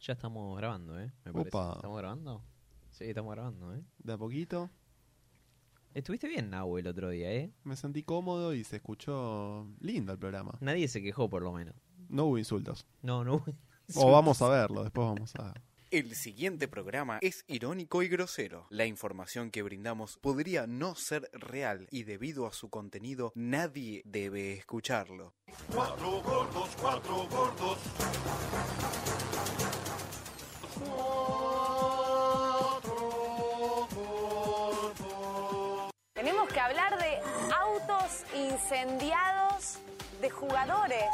Ya estamos grabando, ¿eh? Me parece. Opa. ¿Estamos grabando? Sí, estamos grabando, ¿eh? De a poquito. Estuviste bien, Nahu, el otro día, ¿eh? Me sentí cómodo y se escuchó lindo el programa. Nadie se quejó, por lo menos. No hubo insultos. No, no. O vamos a verlo, después vamos a... El siguiente programa es irónico y grosero. La información que brindamos podría no ser real y debido a su contenido nadie debe escucharlo. Cuatro gordos, cuatro gordos. Cuatro gordos. Tenemos que hablar de autos incendiados de jugadores.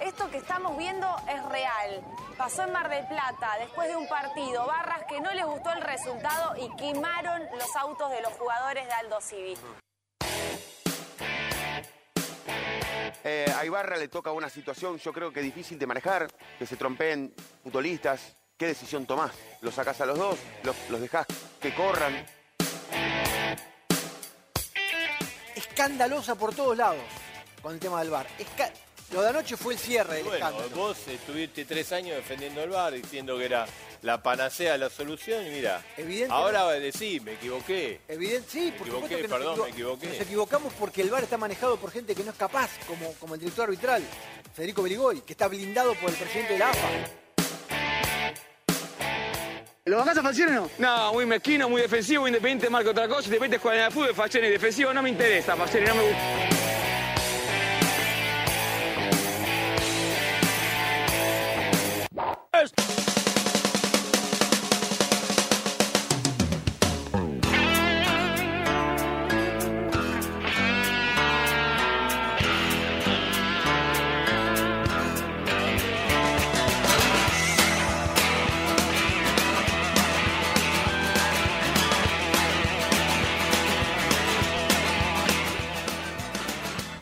Esto que estamos viendo es real. Pasó en Mar del Plata, después de un partido, Barras que no les gustó el resultado y quemaron los autos de los jugadores de Aldo Civi. Eh, a Ibarra le toca una situación, yo creo que difícil de manejar, que se trompeen futbolistas. ¿Qué decisión tomás? ¿Los sacás a los dos? ¿Los, los dejás que corran? escandalosa por todos lados con el tema del bar. Lo de anoche fue el cierre del Bueno, escándalo. vos estuviste tres años defendiendo el bar, diciendo que era la panacea, la solución, y mira, Evidente- ahora decís, me equivoqué. Evidente, sí, Me por equivoqué, supuesto que nos, perdón, equivo- me equivoqué. nos equivocamos porque el bar está manejado por gente que no es capaz, como, como el director arbitral, Federico Berigoi, que está blindado por el presidente de la AFA. ¿Lo bajás a Falcioni o no? No, muy mezquino, muy defensivo, Independiente marca otra cosa, Independiente juega en el fútbol, Falcioni defensivo, no me interesa, Falcioni no me gusta.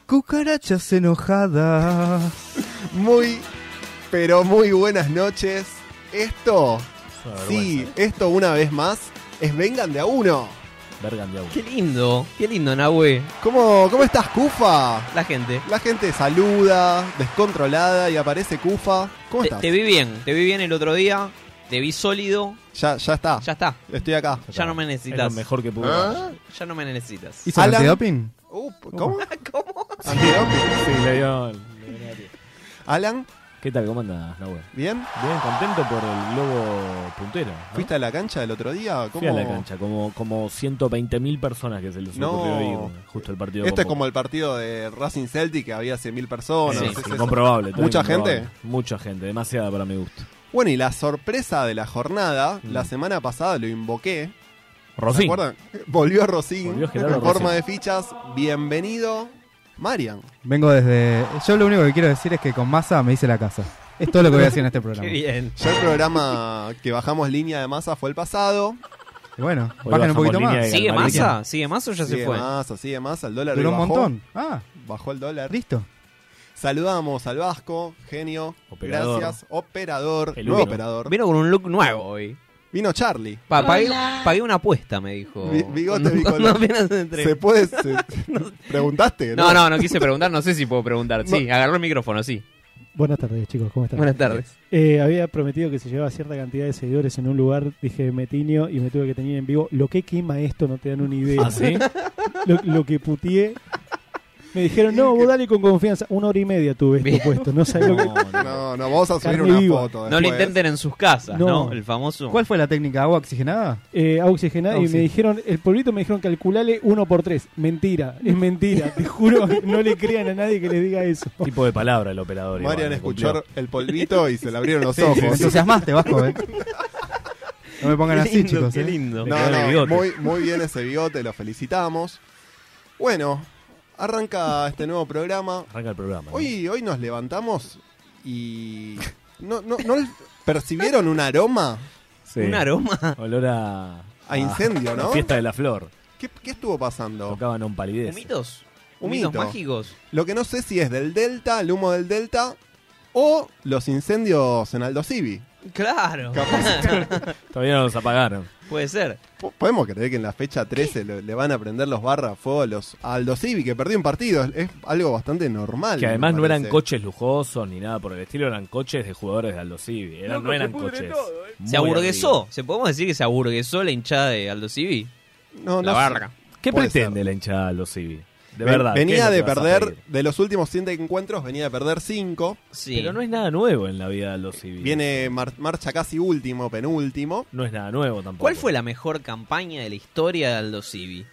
Cucarachas enojadas. Muy, pero muy buenas noches. Esto, sí, esto una vez más es Vengan de a uno. Vergan de agua. Qué lindo, qué lindo, Nahue. ¿Cómo, cómo estás, Cufa? La gente. La gente saluda, descontrolada, y aparece Cufa. ¿Cómo Te, estás? te vi bien, te vi bien el otro día. Te vi sólido. Ya, ya está. Ya está. Estoy acá. ¿Ah? Ya no me Es necesitas. lo mejor que pudo. haber. Ya no me necesitas. ¿Hizo Alan- antidoping? Uh, ¿Cómo? Ah, ¿Cómo? ¿Antidoping? Sí, le dio. le dio negativo. Alan, ¿Qué tal? ¿Cómo andas, Nahuel? ¿bien? Bien, contento por el globo puntero. ¿no? ¿Fuiste a la cancha el otro día? ¿Cómo? Fui a la cancha, como, como 120.000 personas que se les No. ocurrió ir justo el partido. Este es con como vos. el partido de Racing Celtic que había 100.000 personas. Sí, es eso. incomprobable. todo ¿Mucha incomprobable. gente? Mucha gente, demasiada para mi gusto. Bueno, y la sorpresa de la jornada, Mm. la semana pasada lo invoqué. ¿Se Rocín. acuerdan? Volvió Rocín Volvió en Gerardo forma Rocín. de fichas. Bienvenido, Marian. Vengo desde. Yo lo único que quiero decir es que con masa me hice la casa. Es todo lo que voy a decir en este programa. Qué Y bien. Ya el programa que bajamos línea de masa fue el pasado. bueno, Hoy bajen un bajamos poquito línea más. de- ¿Sigue Galmarín. Massa? ¿Sigue Massa o ya se sigue fue? más, sigue más. El dólar Duró hoy un bajó. montón. Ah, Bajó el dólar. listo. Saludamos al Vasco, genio. Operador. Gracias. Operador. El nuevo único. operador. Vino con un look nuevo hoy. Vino Charlie. Pa- pagué, pagué una apuesta, me dijo. Bi- bigote Cuando- bicolor. cuando apenas entré. ¿Se puede? se- ¿Preguntaste? No, no, no quise preguntar, no sé si puedo preguntar. No. Sí, agarró el micrófono, sí. Buenas tardes, chicos, ¿cómo están? Buenas tardes. Eh, había prometido que se llevaba cierta cantidad de seguidores en un lugar, dije Metinio, y me tuve que tener en vivo. Lo que quema esto no te dan una idea. ¿Ah, sí? Lo, lo que putié. Me dijeron, no, vos dale con confianza. Una hora y media tuve esto Bien. puesto. No sabés lo que. No, no, vamos a subir Carne una viva. foto. No lo después. intenten en sus casas, ¿no? No. El famoso. ¿Cuál fue la técnica? ¿Agua oxigenada? Eh, oxigenada Ah, y sí. me dijeron, el pueblito me dijeron, calculale uno por tres. Mentira, es mentira. Te juro, no le crean a nadie que les diga eso. Tipo de palabra el operador. igual, Marian me escuchó cumplió. el polvito y se le abrieron los Sí, sí, me ojos. entusiasmaste, Vasco, eh. No me pongan así, chicos. qué eh. lindo. Me No, quedó el no, bigote. muy, muy bien ese bigote, lo felicitamos. Bueno, arranca este nuevo programa. Arranca el programa. ¿no? Hoy, hoy nos levantamos y. ¿No, no, no percibieron un aroma Sí. Un aroma. Olor a. a incendio, la no? Fiesta de la flor. ¿Qué, qué estuvo pasando? Tocaban un palidez. ¿Humitos? Humito. ¿Humitos mágicos? Lo que no sé si es del Delta, el humo del Delta, o los incendios en Aldosivi. Claro. Capaz. Todavía no los apagaron. Puede ser. Podemos creer que en la fecha 13 le, le van a prender los barra a fuego a los, a Aldo Civi, que perdió un partido. Es- Es algo bastante normal. Que además me no eran parece. coches lujosos ni nada por el estilo, eran coches de jugadores de Aldo Civi. Eran, no eran coches. muy Se aburguesó. ¿Se podemos decir que se aburguesó la hinchada de Aldo Civi? No, la no barra. sé. ¿Qué Puede pretende la hinchada de Aldo Civi? De Ven- verdad. ¿qué es Venía lo que de vas a perder, pedir? de los últimos 100 encuentros, venía de perder 5. Pero no es nada nuevo en la vida de Aldo Civi. Viene mar- marcha casi último, penúltimo. No es nada nuevo tampoco. ¿Cuál fue la mejor campaña de la historia de Aldo Civi?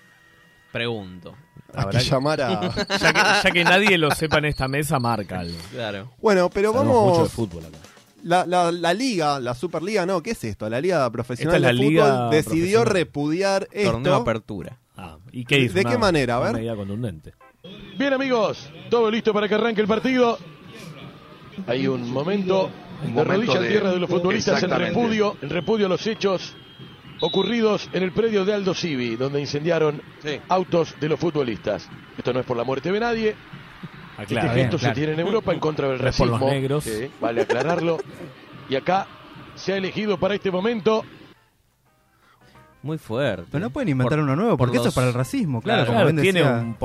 Pregunto. Habrá que- ya, que, ya que nadie lo sepa en esta mesa, márcalo. Claro. Bueno, pero Sabemos vamos- mucho de fútbol acá. La, la- la liga, la Superliga, no, ¿qué es esto? La Liga Profesional Esta es la de Fútbol Liga decidió Profesional. repudiar esto. Torneo Apertura. Ah, ¿y qué hizo? ¿De Una- qué manera? una A ver. medida contundente. Bien amigos, todo listo para que arranque el partido. Hay un momento de momento rodillas de- tierra de los futbolistas en Exactamente. repudio, en repudio a los hechos ocurridos en el predio de Aldo Civi, donde incendiaron autos de los futbolistas. Esto no es por la muerte de nadie. Aclara, este bien, gesto claro. se tiene en Europa en contra del No es por racismo. los negros. Sí, Vale aclararlo. Y acá se ha elegido para este momento Muy fuerte. Pero no pueden inventar uno nuevo, porque eso es para el racismo, claro. como bien decía-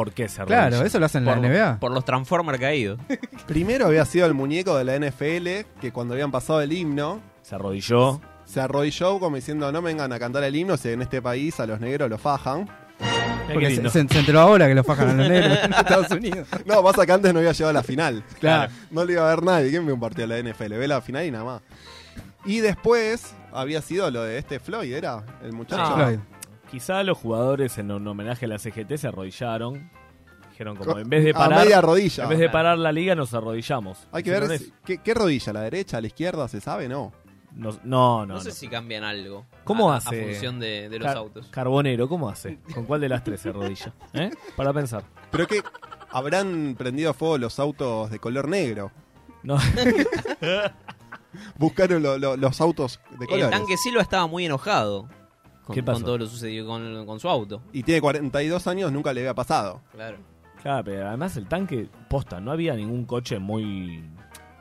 Claro, eso lo hacen en la NBA. Por los Transformers caídos. Primero había sido el muñeco de la NFL, que cuando habían pasado el himno, Se arrodilló. se arrodilló como diciendo, no vengan a cantar el himno, si en este país a los negros los fajan. Porque se, se- se enteró ahora que lo fajan a los negros en Estados Unidos. No, pasa que antes no había llegado a la final. Claro. No le iba a ver nadie. ¿Quién ve un partido de la NFL? Ve la final y nada más. Y después había sido lo de este Floyd, ¿era? El muchacho. Ah, Quizá los jugadores en un homenaje a la CGT se arrodillaron. Dijeron como Co- en vez de a parar media rodilla. en vez de Claro. parar la liga nos arrodillamos. Hay que ver Hicieron si- ¿qué, qué rodilla, la derecha, la izquierda, se sabe, ¿no? No, no, no. No sé si cambian algo. ¿Cómo a- hace? A función de, de los Car- autos. Carbonero, ¿cómo hace? ¿Con cuál de las tres se arrodilla? ¿Eh? Para pensar. Pero que habrán prendido a fuego los autos de color negro. No. Buscaron lo- lo- los autos de El colores. tanque Silva estaba muy enojado con, ¿Qué pasó? con todo lo sucedido con, con su auto. Y tiene 42 años, nunca le había pasado. Claro. Claro, pero además el tanque posta, no había ningún coche muy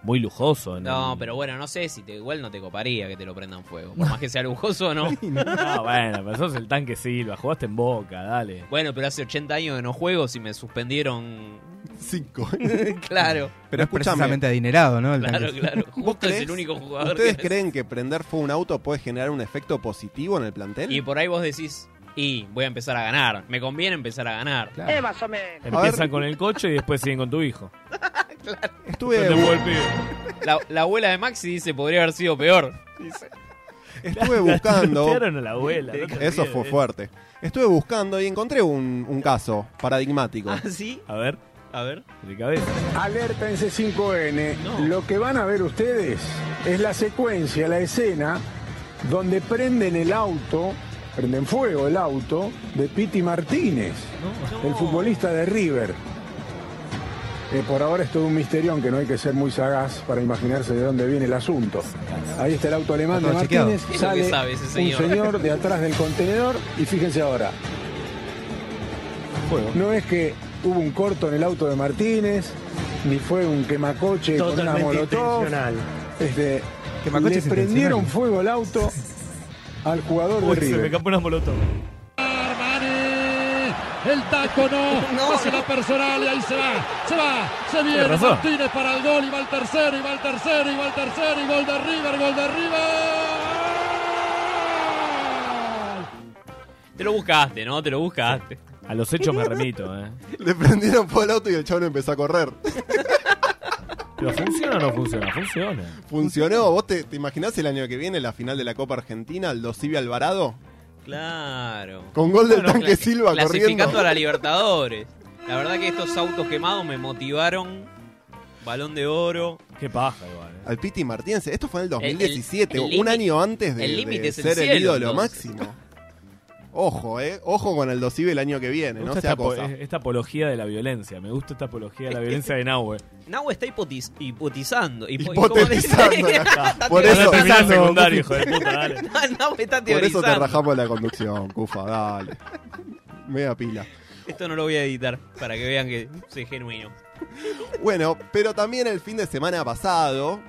muy lujoso en No, el- pero bueno, no sé si te, igual no te coparía que te lo prendan fuego. Por más que sea lujoso o no. No, bueno, pero sos el tanque Silva, jugaste en Boca, dale. Bueno, pero hace 80 años que no juego si me suspendieron. Cinco. claro. Pero es precisamente adinerado, ¿no? El Claro, tanque. claro. ¿Vos Justo es creés- el único jugador ¿Ustedes que. creen que prender fuego a un auto puede generar un efecto positivo en el plantel? Y por ahí vos decís, y voy a empezar a ganar. Me conviene empezar a ganar. Eh, más o menos. Empiezan con el coche y después siguen con tu hijo. Estuve. No te puedo el pibe. La, la abuela de Maxi dice, podría haber sido peor. Estuve La buscando. tortearon a la abuela, no te Eso olvides fue de eso. fuerte. Estuve buscando y encontré un, un caso paradigmático. ¿Ah, sí? A ver. A ver. De cabeza. Alerta en C5N, lo que van a ver ustedes es la secuencia, la escena donde prenden el auto, prenden fuego el auto de Piti Martínez, el futbolista de River. Eh, por ahora es todo un misterio, aunque no hay que ser muy sagaz para imaginarse de dónde viene el asunto. Ahí está el auto alemán de Está todo chequeado. Martínez, ¿Qué es lo que sale sabe ese señor? un señor de atrás del contenedor y fíjense ahora, no es que hubo un corto en el auto de Martínez, ni fue un quemacoche Totalmente con una molotov. intencional. Este, Quemacoche le es prendieron intencional. fuego al auto al jugador de Uy, se me River. escapó una molotov. El taco no, hace la personal y ahí se va, se va, se viene Tiene razón. Martínez para el gol y va el tercero, y va el tercero, y va el tercero, y gol de River, gol de River. Te lo buscaste, ¿no? Te lo buscaste. A los hechos me remito, eh. Le prendieron fuego al auto y el chabón empezó a correr. ¿Pero funciona o no funciona? Funciona. Funcionó. ¿Vos te, te imaginás el año que viene la final de la Copa Argentina, el Dosivi Alvarado? Claro. Con gol del tanque cla- Silva clasificando corriendo. a la Libertadores. La verdad que estos autos quemados me motivaron. Balón de oro. Qué paja, igual. eh. Al Piti Martínez. Esto fue en el El- el- 2017, el un límite- año antes de, el límite de es el ser el, cielo, ídolo entonces. máximo. Ojo, eh. Ojo con el Dosivi el año que viene, Me no gusta sea esta, eh, apo- cosa. esta apología de la violencia. Me gusta esta apología de la violencia de Nahue. Nahue está hipotiz- hipotizando. hipo- Hipotetizando, ¿cómo dice? acá. Está Por teorizando. Terminá el eso- Pensando, secundario, hijo Goofy. de puta, dale. Nahue está Por eso te teorizando. rajamos la conducción, Cufa, dale. Media pila. Esto no lo voy a editar para que vean que soy genuino. Bueno, pero también el fin de semana pasado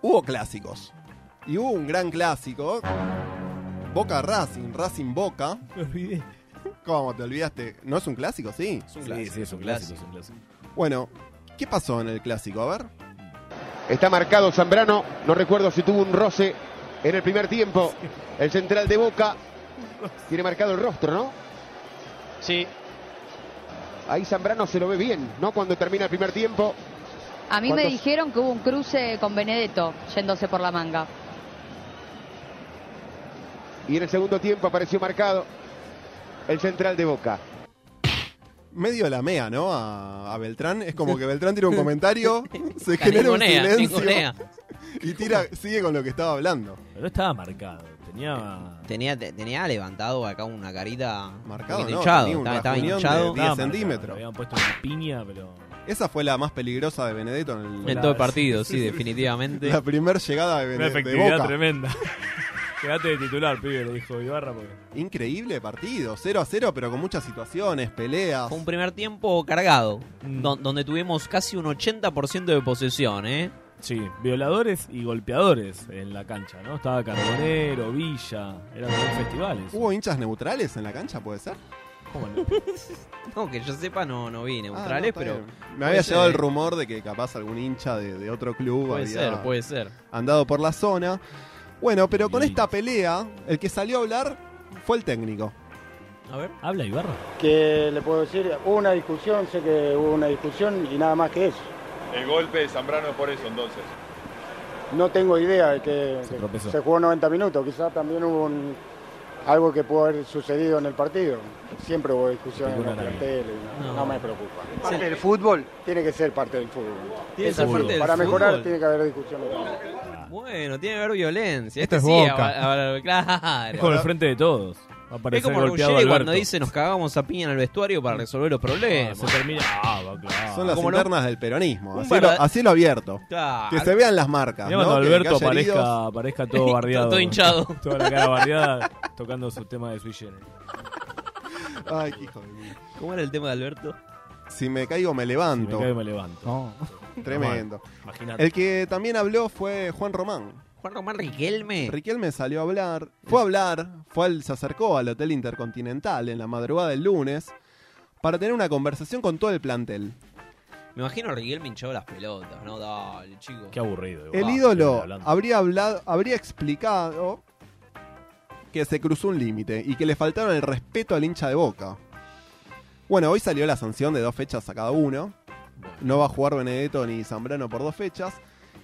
hubo clásicos. Y hubo un gran clásico Boca Racing, Racing Boca. Me olvidé. ¿Cómo te olvidaste? ¿No es un clásico? Sí. Sí, clásico, sí, es un clásico, es un clásico. Bueno, ¿qué pasó en el clásico? A ver. Está marcado Zambrano, no recuerdo si tuvo un roce en el primer tiempo. El central de Boca tiene marcado el rostro, ¿no? Sí. Ahí Zambrano se lo ve bien, ¿no? Cuando termina el primer tiempo. A mí me ¿Cuántos? dijeron que hubo un cruce con Benedetto yéndose por la manga. Y en el segundo tiempo apareció marcado el central de Boca. Medio lamea, ¿no? A, a Beltrán. Es como que Beltrán tira un comentario, se genera un Ningunea, silencio. ningunea. Y tira, sigue con lo que estaba hablando. Pero estaba marcado. Tenía. Tenía, te- tenía levantado acá una carita. Marcado, un no, poquito hinchado. tenía un Estaba, estaba rasguñón de hinchado. 10 centímetros. Le habían puesto una piña, pero. Esa fue la más peligrosa de Benedetto en el, En todo el partido, sí, definitivamente. La primera llegada de Una Benedetto. efectividad tremenda. Quedate de titular, pibe, le dijo Ibarra. Porque... Increíble partido, 0 a 0, pero con muchas situaciones, peleas. Fue un primer tiempo cargado, Mm. do- donde tuvimos casi un 80% de posesión, ¿eh? Sí, violadores y golpeadores en la cancha, ¿no? Estaba Carbonero, Villa, eran como festivales. ¿Hubo hinchas neutrales en la cancha, puede ser? No, que yo sepa, no, no vi Ah, neutrales, no, está pero. bien. Me había Puede llegado el ser, rumor de que capaz algún hincha de, de otro club Puede había ser, puede ser. andado por la zona. Bueno, pero con esta pelea, el que salió a hablar fue el técnico. A ver. Habla Ibarra. que le puedo decir, hubo una discusión, sé que hubo una discusión y nada más que eso. El golpe de Zambrano es por eso, entonces. No tengo idea de que Se tropezó. se jugó 90 minutos, quizás también hubo un- algo que pudo haber sucedido en el partido. Siempre hubo discusiones en Ninguna los nadie. planteles, y no, No. no me preocupa. ¿Parte del fútbol? Tiene que ser parte del fútbol. Tiene que ser Eso parte sí. del Para mejorar fútbol. tiene que haber discusiones. Bueno, tiene que haber violencia. Esto Este es sí, Boca. a- a- a- claro. Es como el frente de todos. Va a Es aparecer como golpeado Ruggeri cuando Alberto. Ah, dice nos cagamos a piña en el vestuario para resolver los problemas. se termina. Ah, va, claro. Son las ¿Cómo no? internas del peronismo. Un Así, verdad- lo, así lo abierto. Claro. Que se vean las marcas. Mirá cuando ¿no? Que- que Alberto haya aparezca, heridos. aparezca todo bardeado. Todo hinchado. Toda la cara bardeada, tocando su tema de Sui Generis. Ay, qué hijo de mí. ¿Cómo era el tema de Alberto? Si me caigo, me levanto. Me caigo y me levanto. Tremendo. Imagínate. El que también habló fue Juan Román. Juan Román Riquelme. Riquelme salió a hablar, fue a hablar, fue al- se acercó al Hotel Intercontinental en la madrugada del lunes para tener una conversación con todo el plantel. Me imagino a Riquelme hinchado las pelotas, ¿no? Dale, chico. Qué aburrido. Ah, El ídolo habría hablado, habría explicado que se cruzó un límite y que le faltaron el respeto al hincha de Boca. Bueno, hoy salió la sanción de dos fechas a cada uno. No va a jugar Benedetto ni Zambrano por dos fechas.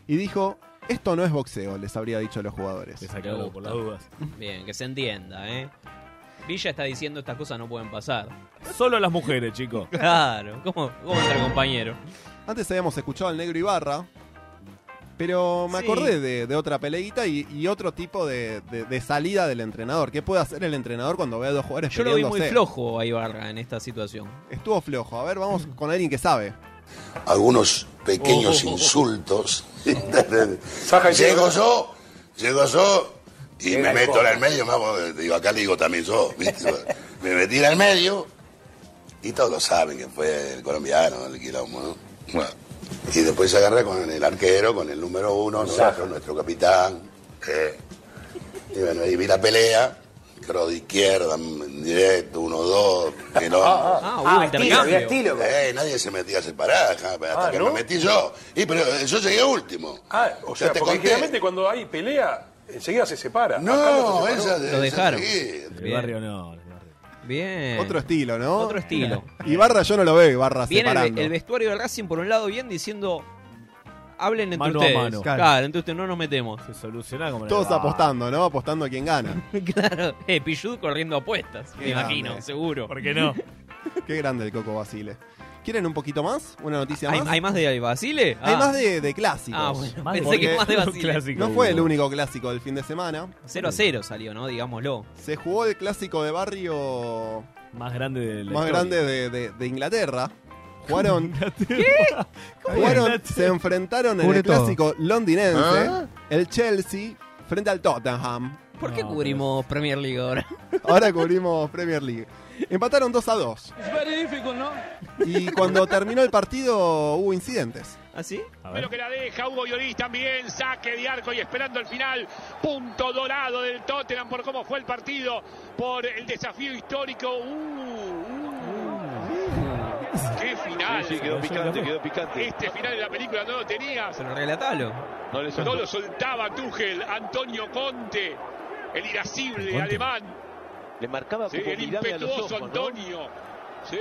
Y dijo, esto no es boxeo, les habría dicho a los jugadores. Sacado por las dudas. Bien, que se entienda, ¿eh? Villa está diciendo estas cosas no pueden pasar. Solo las mujeres, chicos. Claro, ¿cómo, cómo entra el compañero? Antes habíamos escuchado al negro Ibarra, pero me Sí. acordé de, de otra peleita y, y otro tipo de, de- de salida del entrenador. ¿Qué puede hacer el entrenador cuando ve a dos jugadores Yo lo vi muy peleándose? flojo a Ibarra en esta situación. Estuvo flojo. A ver, vamos con alguien que sabe. algunos pequeños Oh. insultos. Saca el dedo. llego yo, llego yo y Llega me el meto en cojo. el medio, me hago, digo, acá le digo también yo, ¿viste? me metí en el medio y todos saben que fue el colombiano, el quilombo, ¿no? Bueno, y después agarré con el arquero, con el número uno, nosotros, nuestro capitán. eh. Y bueno, ahí vi la pelea, creo de izquierda, en directo, uno, dos, quilombo. Ah, ah, hubo Ah, estilo, intercambio. había estilo. Eh, nadie se metía a separar, ja, hasta Ah, que ¿no? me metí yo. Y pero eh, yo llegué último. Ah, o Ya sea, te porque conté. generalmente cuando hay pelea, enseguida se separa. No, Acá se esa- separó. esa- Lo dejaron. Sí. El barrio no. Bien. Otro estilo, ¿no? Otro estilo. Ibarra yo no lo veo, Ibarra Viene el, separando. el vestuario del Racing por un lado bien diciendo... Hablen entre Mano a ustedes. mano. Claro. Claro, entre ustedes no nos metemos. Se soluciona como en el Todos bar. apostando, ¿no? Apostando a quien gana. Claro, eh, Pichud corriendo apuestas, me Qué grande. imagino, seguro. ¿Por qué no? Qué grande el Coco Basile. ¿Quieren un poquito más? ¿Una noticia ¿Hay, más? hay más de Basile? Hay Ah. más de, de clásicos. Ah, bueno, Más de- pensé que porque más de Basile. No fue el único clásico del fin de semana. 0 a 0 salió, ¿no? Digámoslo. Se jugó el clásico de barrio Más grande de la más historia. grande de, de- de Inglaterra. Jugaron. Jugaron- Inglaterra? se enfrentaron en Cubre el todo. clásico londinense, ¿Ah? el Chelsea, frente al Tottenham. ¿Por qué cubrimos Premier League ahora? Ahora cubrimos Premier League. Empataron 2 a 2. Es very difficult, ¿no? Y cuando terminó el partido hubo incidentes. ¿Así? Pero que la deja, Hugo Lloris también, saque de arco y esperando el final, punto dorado del Tottenham por cómo fue el partido, por el desafío histórico. Uh, uh, ¡Qué final! Sí, sí, quedó picante, quedó picante. Este final de la película no lo tenías, Pero relatalo. No le no soltó. lo soltaba Tuchel, Antonio Conte, el irascible Conte. alemán, Le marcaba sí, como el mirable a los impetuoso ojos, ¿no? Antonio. Sí.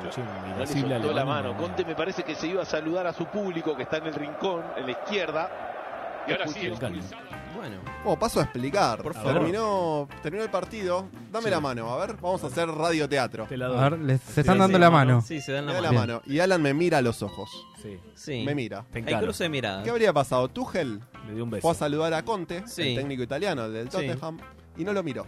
No le Irascible soltó la alemán, mano. no. Conte me parece que se iba a saludar a su público que está en el rincón, en la izquierda. Y ahora sí, Bueno. Bueno, paso a explicar. Por favor. terminó, terminó el partido. Dame la mano, a ver. Vamos a hacer radioteatro. doy. A ver, les- se están dando la mano. Sí, se dan la Me da mano. mano. Y Alan me mira a los ojos. Sí. Sí. Me mira. Hay cruce de mirada. ¿Qué habría pasado? Tuchel Le dio un fue a beso. saludar a Conte, Sí. el técnico italiano del Sí. Tottenham, y no lo miró.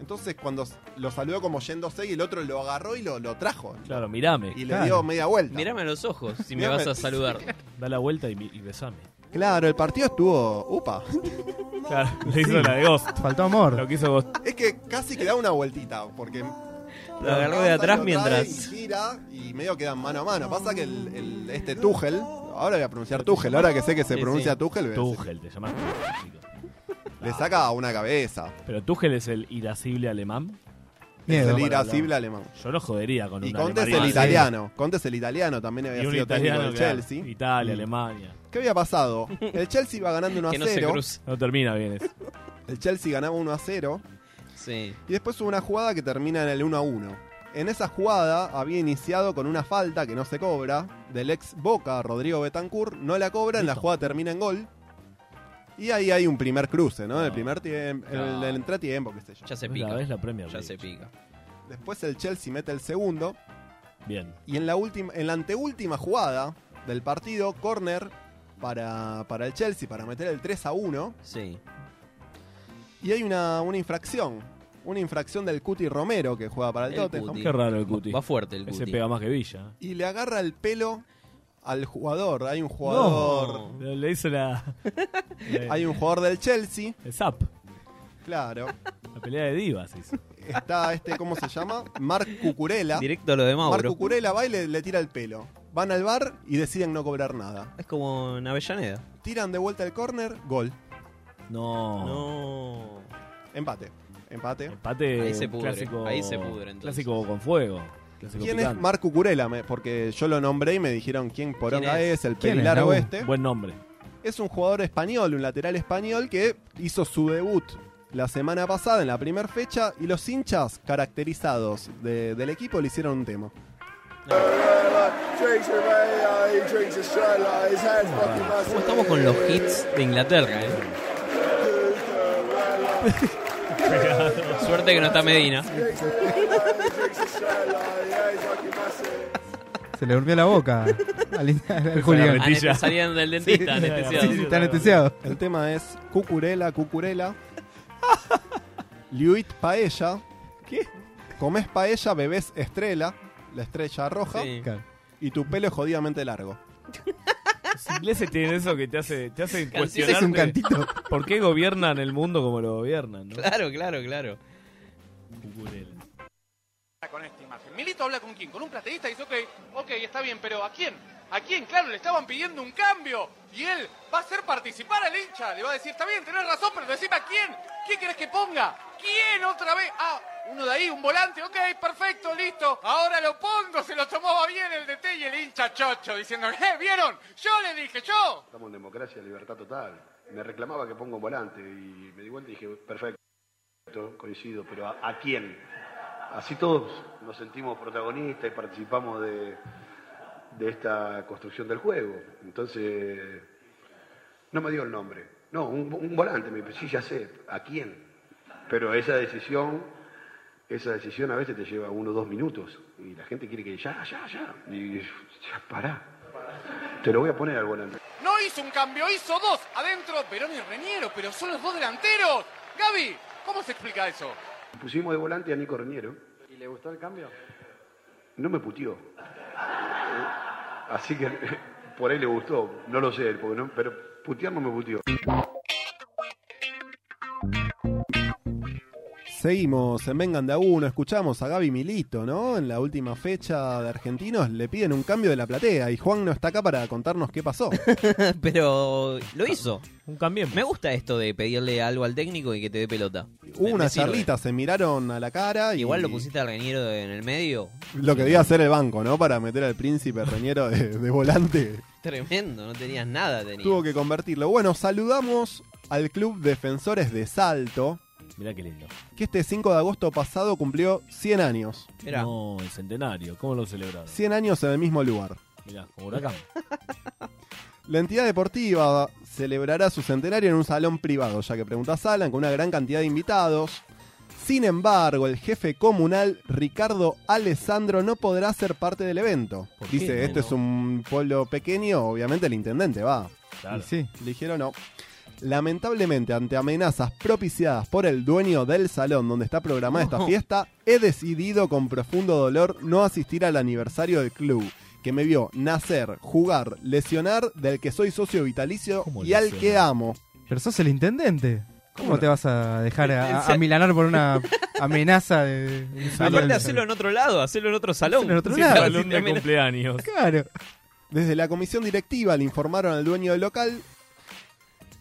Entonces, cuando lo saludó como yéndose, y el otro lo agarró y lo, lo trajo. Claro, mirame. Y le dio media vuelta. Mirame a los ojos si me Mirame. vas a saludar. Da la vuelta y, mi- y besame. Claro, el partido estuvo. ¡Upa! Claro, le hizo la de Ghost. Faltó amor. Lo que hizo Ghost. Es que casi que da una vueltita, porque. Lo agarró de levanta, atrás lo trae mientras- Y gira y medio quedan mano a mano. Pasa que el, el- este Tuchel. Ahora voy a pronunciar Tuchel, ahora que sé que se Sí, pronuncia sí. Tuchel. voy a decir, Tuchel, te llamás. Le saca una cabeza. Pero Tuchel es el irascible alemán. Es el irascible alemán. Yo no jodería con Y un Conte es alemán. el Sí. italiano. Conte es el italiano, también Y había un sido técnico italiano, del claro. Chelsea. Italia, Mm. Alemania. ¿Qué había pasado? El Chelsea iba ganando 1 a Que no se 0. cruce. No termina bien eso. el Chelsea ganaba 1 a 0. Sí. Y después hubo una jugada que termina en el 1 a 1. En esa jugada había iniciado con una falta que no se cobra del ex Boca, Rodrigo Betancourt. No la cobran, la jugada termina en gol. Y ahí hay un primer cruce, ¿no? El primer tiempo, el, No. el entretiempo, qué sé yo. Ya se Pues la pica. ves la Premier ya League. se pica. Después el Chelsea mete el segundo. Bien. Y en la última, en la anteúltima jugada del partido, corner para, para el Chelsea, para meter el 3 a 1. Sí. Y hay una, una infracción. Una infracción del Cuti Romero que juega para el, El Tottenham. Cuti. Qué raro el Cuti. Va fuerte el Ese Cuti. pega más que Villa. Y le agarra el pelo al jugador. Hay un jugador. No, le hizo la, Hay un jugador del Chelsea. el Eh, zap. Claro. La pelea de divas hizo. Está este, ¿cómo se llama? Marc Cucurella. Directo a lo de Marc Mauro. Cucurella va y le, le tira el pelo. Van al bar y deciden no cobrar nada. Es como en Avellaneda. Tiran de vuelta el córner, gol. No. No. Empate. Empate. Empate Ahí se pudre, clásico, ahí se pudre, entonces. Clásico con fuego. Clásico ¿Quién es picante. Marc Cucurella? Me- Porque yo lo nombré y me dijeron quién poronga ¿Quién es? es? el ¿Quién pelo es, largo Raúl? este. Buen nombre. Es un jugador español, un lateral español que hizo su debut la semana pasada en la primera fecha y los hinchas caracterizados de- del equipo le hicieron un tema. ¿Cómo estamos con los hits de Inglaterra, eh? Suerte que no está Medina. Se le durmió la boca al, al Julián. Aneste- Salían Ah, del dentista, Sí, anestesiados. sí, sí, está anestesiado. El tema es Cucurella, Cucurella. Liuit Paella. ¿Qué? Comés paella, bebés estrella, la estrella roja. Sí. Claro. Y tu pelo es jodidamente largo. Los ingleses tienen eso que te hace, te hace Canciones. cuestionar. Es un cantito. ¿Por qué gobiernan el mundo como lo gobiernan? ¿no? Claro, claro, claro. Cucurella. con esta imagen. Milito habla con quién, con un plateísta y dice, ok, ok, está bien, pero ¿a quién? ¿A quién? Claro, le estaban pidiendo un cambio y él va a hacer participar al hincha. Le va a decir, está bien, tenés razón, pero decime a quién. ¿Quién querés que ponga? ¿Quién otra vez? Ah, uno de ahí, un volante, ok, perfecto, listo. Ahora lo pongo, se lo tomaba bien el DT y el hincha chocho, diciendo, eh, ¿vieron? Yo le dije, yo. Estamos en democracia, libertad total. Me reclamaba que ponga un volante y me di vuelta y dije, perfecto, coincido, pero ¿a, a quién? Así todos nos sentimos protagonistas y participamos de, de esta construcción del juego. Entonces, no me dio el nombre. No, un, un volante, me sí, ya sé, ¿a quién? Pero esa decisión, esa decisión a veces te lleva uno o dos minutos y la gente quiere que ya, ya, ya. Y ya, pará. Te lo voy a poner al volante. No hizo un cambio, hizo dos. Adentro, Perón y Reniero, pero son los dos delanteros. Gaby, ¿cómo se explica eso? Pusimos de volante a Nico Reñero. ¿Y le gustó el cambio? No me puteó. Eh, Así que por ahí le gustó. No lo sé, porque no- pero putear no me puteó. Seguimos en Vengan de a uno, escuchamos a Gaby Milito, ¿no? En la última fecha de Argentinos le piden un cambio de la platea y Juan no está acá para contarnos qué pasó. Pero lo hizo. Un cambio. Me gusta esto de pedirle algo al técnico y que te dé pelota. Hubo Me- una me sirve. charlita, se miraron a la cara y Igual lo pusiste al reñero en el medio. lo que debía hacer el banco, ¿no? Para meter al príncipe reñero de, de volante. Tremendo, no tenías nada. Tenías. Tuvo que convertirlo. Bueno, saludamos al Club Defensores de Salto, Mirá qué lindo. que este 5 de agosto pasado cumplió 100 años. No, el centenario. ¿Cómo lo celebraron? 100 años en el mismo lugar. Mirá, como huracán. La entidad deportiva celebrará su centenario en un salón privado, ya que preguntas Alan, con una gran cantidad de invitados. Sin embargo, el jefe comunal Ricardo Alessandro no podrá ser parte del evento. qué Dice, no? este es un pueblo pequeño, obviamente el intendente va. Claro. Y sí. Le dijeron no. Lamentablemente, ante amenazas propiciadas por el dueño del salón donde está programada esta No. fiesta, he decidido con profundo dolor no asistir al aniversario del club, que me vio nacer, jugar, lesionar, del que soy socio vitalicio y al lesionar? que amo. Pero sos el intendente. ¿Cómo, ¿Cómo te no? vas a dejar a, Pensé- a milanar por una amenaza de... Aparte, hacerlo en otro lado, hacerlo en otro salón. Hacelo en otro Sí, lado. claro, Salón de sí, también- Cumpleaños. Claro. Desde la comisión directiva le informaron al dueño del local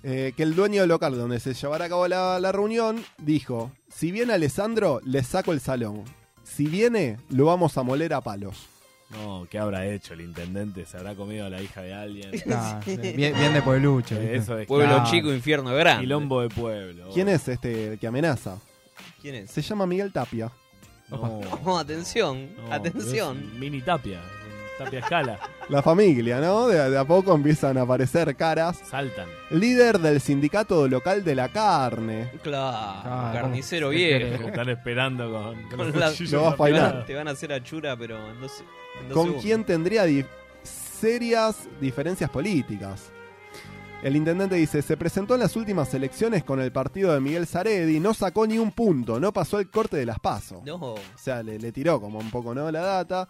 eh, que el dueño del local donde se llevará a cabo la, la reunión dijo, si viene Alessandro, le saco el salón. Si viene, lo vamos a moler a palos. No, ¿qué habrá hecho el intendente? ¿Se habrá comido a la hija de alguien? Eh, Ah, Sí. bien- bien de pueblucho, ¿viste? Eso es Pueblo claro. chico, infierno grande. Quilombo de pueblo. oh. ¿Quién es este el que amenaza? ¿Quién es? Se llama Miguel Tapia. No, No, atención, no, atención. es Mini tapia. Tapia escala. La familia, ¿no? De, de a poco empiezan a aparecer caras. Saltan. Líder del sindicato local de la carne. Claro, Ah, carnicero ¿cómo? viejo. Están esperando con, Con los la- cuchillos Lo vas en pa' la bailar. mano. Te van a hacer achura, pero en dos, en dos con segundos. quien tendría di- serias diferencias políticas. El intendente dice, se presentó en las últimas elecciones con el partido de Miguel Saredi, no sacó ni un punto, no pasó el corte de las pasos. No. O sea, le, le tiró como un poco, ¿no? La data.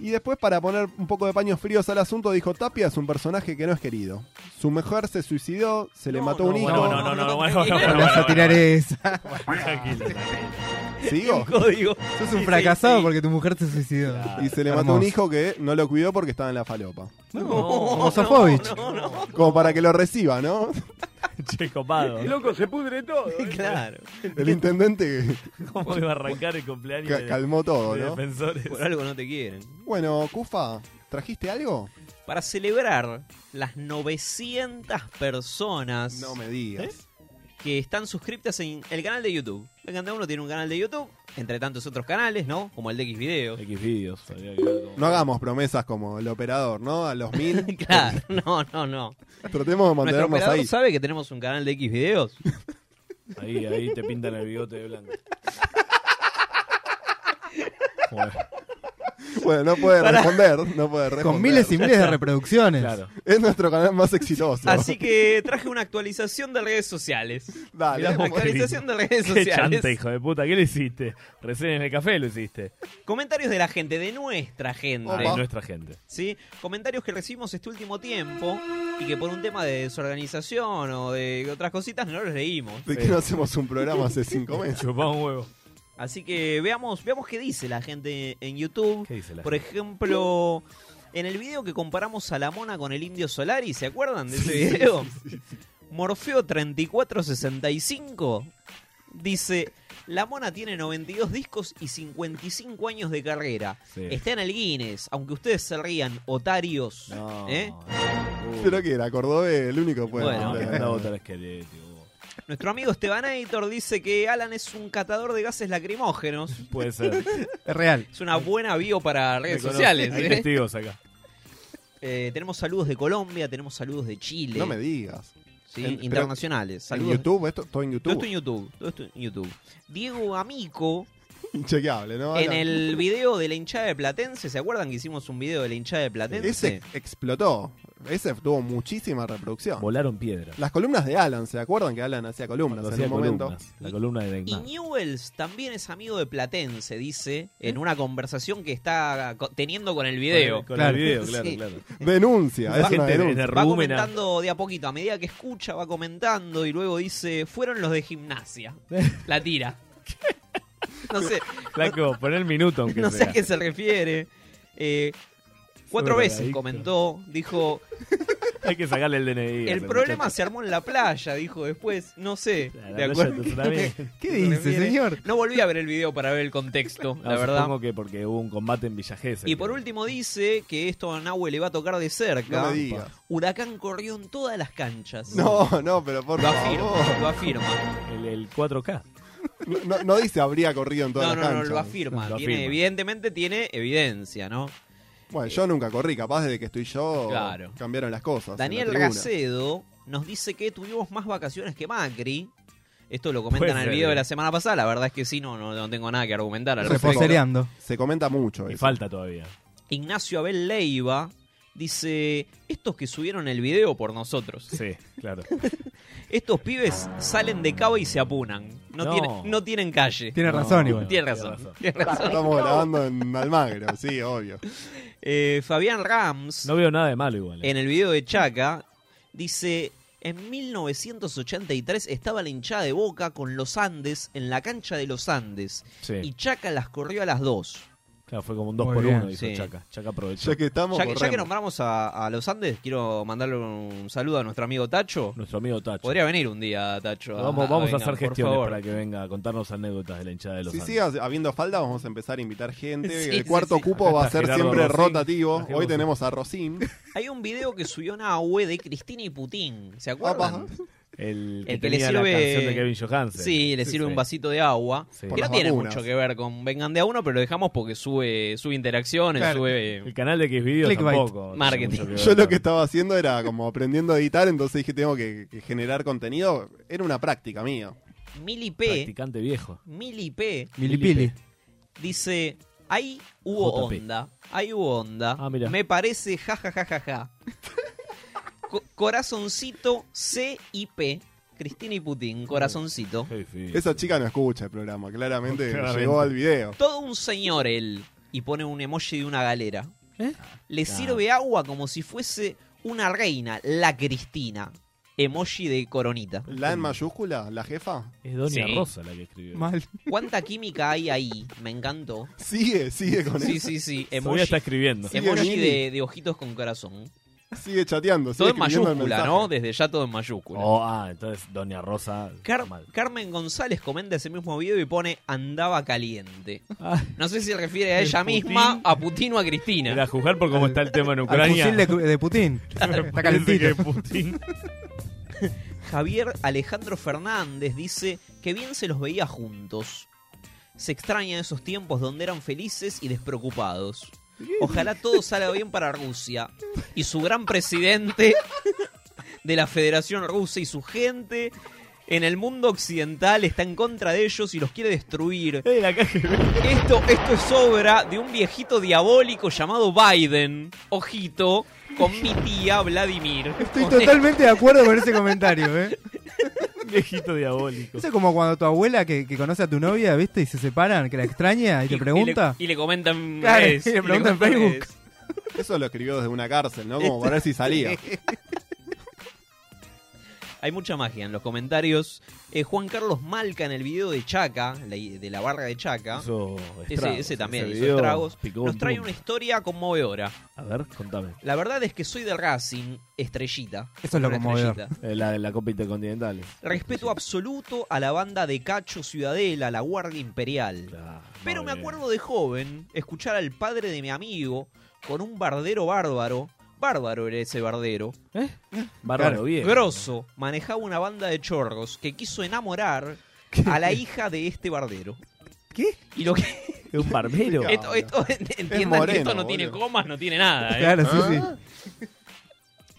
Y después, para poner un poco de paños fríos al asunto, dijo: Tapia es un personaje que no es querido. Su mujer se suicidó, se le mató un hijo. No, no, no, no, bueno, bueno, No bueno, vas a bueno, tirar bueno. esa. Tranquilo, tranquilo. ¿Sigo? Sos un fracasado porque tu mujer se suicidó. Y se le mató un hijo que no lo cuidó porque estaba en la falopa. como Sofovich. Como para que lo reciba, ¿no? Che, copado. Loco, se pudre todo. ¿eh? Claro. El intendente. ¿Cómo iba a arrancar el cumpleaños? Ca- de- calmó todo, de ¿no? Defensores. Por algo no te quieren. Bueno, Cufa, ¿trajiste algo? Para celebrar las 900 personas ¿Eh? No me digas. que están suscriptas en el canal de YouTube. Vengan de uno tiene un canal de YouTube, entre tantos otros canales, ¿no? Como el de X Videos. X Videos. No hagamos promesas como el operador, ¿no? A los mil. Claro, Ah, no, no, no. Tratemos de Nuestro mantenernos operador ahí. sabe que tenemos un canal de X Videos. Ahí, ahí te pintan el bigote de blanco. Bueno. Bueno, no puede Pará. responder, no puede responder. Con miles y miles de reproducciones. Claro. Es nuestro canal más exitoso. Así que traje una actualización de redes sociales. Dale, Mirá, actualización de redes Qué sociales. chanta, hijo de puta. ¿Qué le hiciste? Recién en el café lo hiciste. Comentarios de la gente, de nuestra gente. De nuestra gente. ¿sí? Comentarios que recibimos este último tiempo y que por un tema de desorganización o de otras cositas no los leímos. ¿De qué no hacemos un programa hace cinco meses? Chupá un huevo. Así que veamos, veamos qué dice la gente en YouTube. la por ejemplo, en el video que comparamos a la mona con el indio Solari, ¿se acuerdan de ese Sí, sí, video? Morfeo 3465 dice, la mona tiene 92 discos y 55 años de carrera. Sí. Está en el Guinness, aunque ustedes se rían, otarios. ¿eh? Pero que era Cordobé, el único que puede Bueno, responder. Anda a votar esqueleto. Nuestro amigo Esteban Aitor dice que Alan es un catador de gases lacrimógenos. Puede ser. Es real. Es una buena bio para redes Me conoce. sociales. Hay ¿eh? testigos acá. Eh, tenemos saludos de Colombia, tenemos saludos de Chile. No me digas. Sí, En- pero- internacionales. ¿En Saludos. YouTube? ¿Esto? ¿Todo en Todo YouTube? esto en YouTube. Todo esto en YouTube. Diego Amico, Inchequeable, ¿no? en Alan? el video de la hinchada de Platense, ¿se acuerdan que hicimos un video de la hinchada de Platense? Ese explotó. Ese tuvo muchísima reproducción. Volaron piedras. Las columnas de Alan, ¿se acuerdan que Alan hacía columnas Cuando en hacía un momento? columnas, La columna de Y Neymar. Newells también es amigo de Platense, dice, en una conversación que está co- teniendo con el video. Con el video, Sí. claro, claro. Denuncia, es Gente una de- denuncia. de Va Rúmena. comentando de a poquito, a medida que escucha, va comentando y luego dice, fueron los de gimnasia. La tira. No sé. Flaco, pon el minuto aunque no sé sea. a qué se refiere. Eh, cuatro Drogadicto. veces comentó, dijo, Hay que sacarle el DNI. el problema se armó en la playa, dijo después, no sé. ¿De playa acuerdo? te suena bien. ¿Qué dice, señor? No volví a ver el video para ver el contexto, la verdad. Supongo que porque hubo un combate en Villa Gesell. Y por último dice que esto a Nahue le va a tocar de cerca. No me digas. Huracán corrió en todas las canchas. No, no, pero por Lo favor. afirma, lo afirma. El, el 4K. No, no dice habría corrido en todas No, las no, no, canchas. lo afirma. Tiene- Evidentemente tiene evidencia, ¿no? Bueno, yo nunca corrí, capaz desde que estoy yo Claro. cambiaron las cosas. en la Daniel tribuna. Gacedo nos dice que tuvimos más vacaciones que Macri. Esto lo comentan en Puede el ser, video eh. de la semana pasada. La verdad es que sí, no, no, no tengo nada que argumentar. al Se respecto. comenta- Se comenta mucho. Y eso. falta todavía. Ignacio Abel Leiva dice: Estos que subieron el video por nosotros. Sí, claro. Estos pibes salen de cava y se apunan. No, No. Tienen, no tienen calle. Tiene razón, igual. Tiene razón. tiene razón. Estamos grabando en Almagro, sí, obvio. Eh, Fabián Rams. No veo nada de malo igual. eh. En el video de Chaca dice. En 1983 estaba la hinchada de Boca con los Andes en la cancha de los Andes. Sí. Y Chaca las corrió a las dos. Claro, fue como un 2 Muy por bien. 1 hizo Sí. Chaca. Chaca aprovechó. ya que, ya que nombramos a, a los Andes, quiero mandarle un saludo a nuestro amigo Tacho. Nuestro amigo Tacho. Podría venir un día, Tacho. Vamos, vamos a vengan, hacer por gestiones favor. para que venga a contarnos anécdotas de la hinchada de los Si Andes. sigue habiendo falta, vamos a empezar a invitar gente. Sí, sí, el cuarto sí. cupo Acá va a está ser Gerardo siempre Rosín. rotativo. Gerardo Hoy Rosín. tenemos a Rosín. Hay un video que subió Nahue de Cristina y Putin. ¿Se acuerdan? El que, El que le tenía sirve. la canción de Kevin Johansen. Sí, le sirve un vasito de agua. Sí. este, Por Que no las tiene vacunas. mucho que ver con Vengan de a uno, pero lo dejamos porque sube, sube interacciones, Claro. sube. El canal de Xvideos Clickbait. tampoco. Marketing. Yo lo que estaba haciendo era como aprendiendo a editar, entonces dije, tengo que, que generar contenido. Era una práctica mía. Mili P. Practicante viejo. Mili P. Milipili. Dice: Ahí hubo JP. onda. Ahí hubo onda. Ah, mirá. Me parece ja ja ja ja ja. Co- corazoncito C y P. Cristina y Putin, corazoncito. Esa chica no escucha el programa, claramente, Claramente. llegó al video. Todo un señor él. Y pone un emoji de una galera. ¿Eh? Le sirve agua como si fuese una reina, la Cristina. Emoji de coronita. ¿La en mayúscula? ¿La jefa? Es Doña Sí. Rosa la que escribió. ¿Cuánta química hay ahí? Me encantó. Sigue, sigue con sí, eso. Sí, sí, Todavía Emoji, está escribiendo. Sigue emoji Mili. de, de ojitos con corazón. Sigue chateando, Todo sigue en escribiendo el mayúscula, mensaje. ¿no? Desde ya todo en mayúscula. Oh, ah, entonces Doña Rosa. Car- Carmen González comenta ese mismo video y pone andaba caliente. No sé si refiere a Ah. El ella Putin. misma, a Putin o a Cristina. Era juzgar por cómo está el tema en Al Ucrania. fusil de, de Putin. está Parece que calentito. Putin. Javier Alejandro Fernández dice que bien se los veía juntos. Se extraña esos tiempos donde eran felices y despreocupados. Ojalá todo salga bien para Rusia y su gran presidente de la Federación Rusa y su gente en el mundo occidental está en contra de ellos y los quiere destruir. Esto, esto es obra de un viejito diabólico llamado Biden. Ojito, con mi tía Vladimir. Estoy totalmente de acuerdo con ese comentario, ¿eh? Viejito diabólico. Eso es como cuando tu abuela que, que conoce a tu novia, ¿viste? Y se separan, que la extraña y te pregunta. Y le, y le comentan Claro, redes, y le preguntan en comentan Facebook. redes. Eso lo escribió desde una cárcel, ¿no? Como para ver si salía. Hay mucha magia en los comentarios. Eh, Juan Carlos Malca en el video de Chaca, la- de la barra de Chaca. Hizo ese, estragos, ese también ese hizo video estragos. picó Nos un trae boom. una historia conmovedora. A ver, contame. La verdad es que soy de Racing, estrellita. Una estrellita. Eh, La de la Copa Intercontinental. Respeto absoluto a la banda de Cacho Ciudadela, la Guardia Imperial. Pero me madre. acuerdo de joven escuchar al padre de mi amigo con un bardero bárbaro. Bárbaro era ese bardero. Bárbaro bien. Grosso. Manejaba una banda de chorros que quiso enamorar a la hija de este bardero. ¿Qué? Y lo que... Es un barbero. Esto, esto- entiendan que esto no tiene comas, no tiene nada. ¿eh? Claro, sí, sí.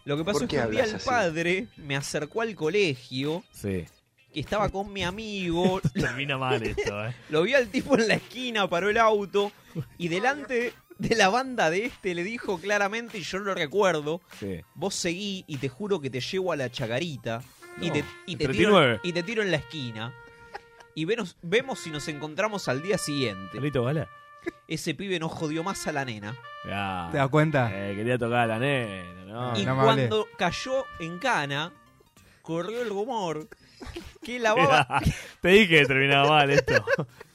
Lo que pasó ¿Por es qué que un día hablas el así? padre me acercó al colegio Sí. que estaba con mi amigo. Termina mal esto, eh. Lo vi al tipo en la esquina, paró el auto y delante de la banda de este le dijo claramente, y yo lo recuerdo, Sí. vos seguí y te juro que te llevo a la chacarita y, No, te, y, te tiro, 39. y te tiro en la esquina. Y venos- vemos si nos encontramos al día siguiente. Ese pibe no jodió más a la nena. Ya. ¿Te das cuenta? Eh, quería tocar a la nena, Ah, ¿no? y No me hablé. cuando cayó en cana, corrió el rumor que lavaba, Te dije que terminaba mal esto.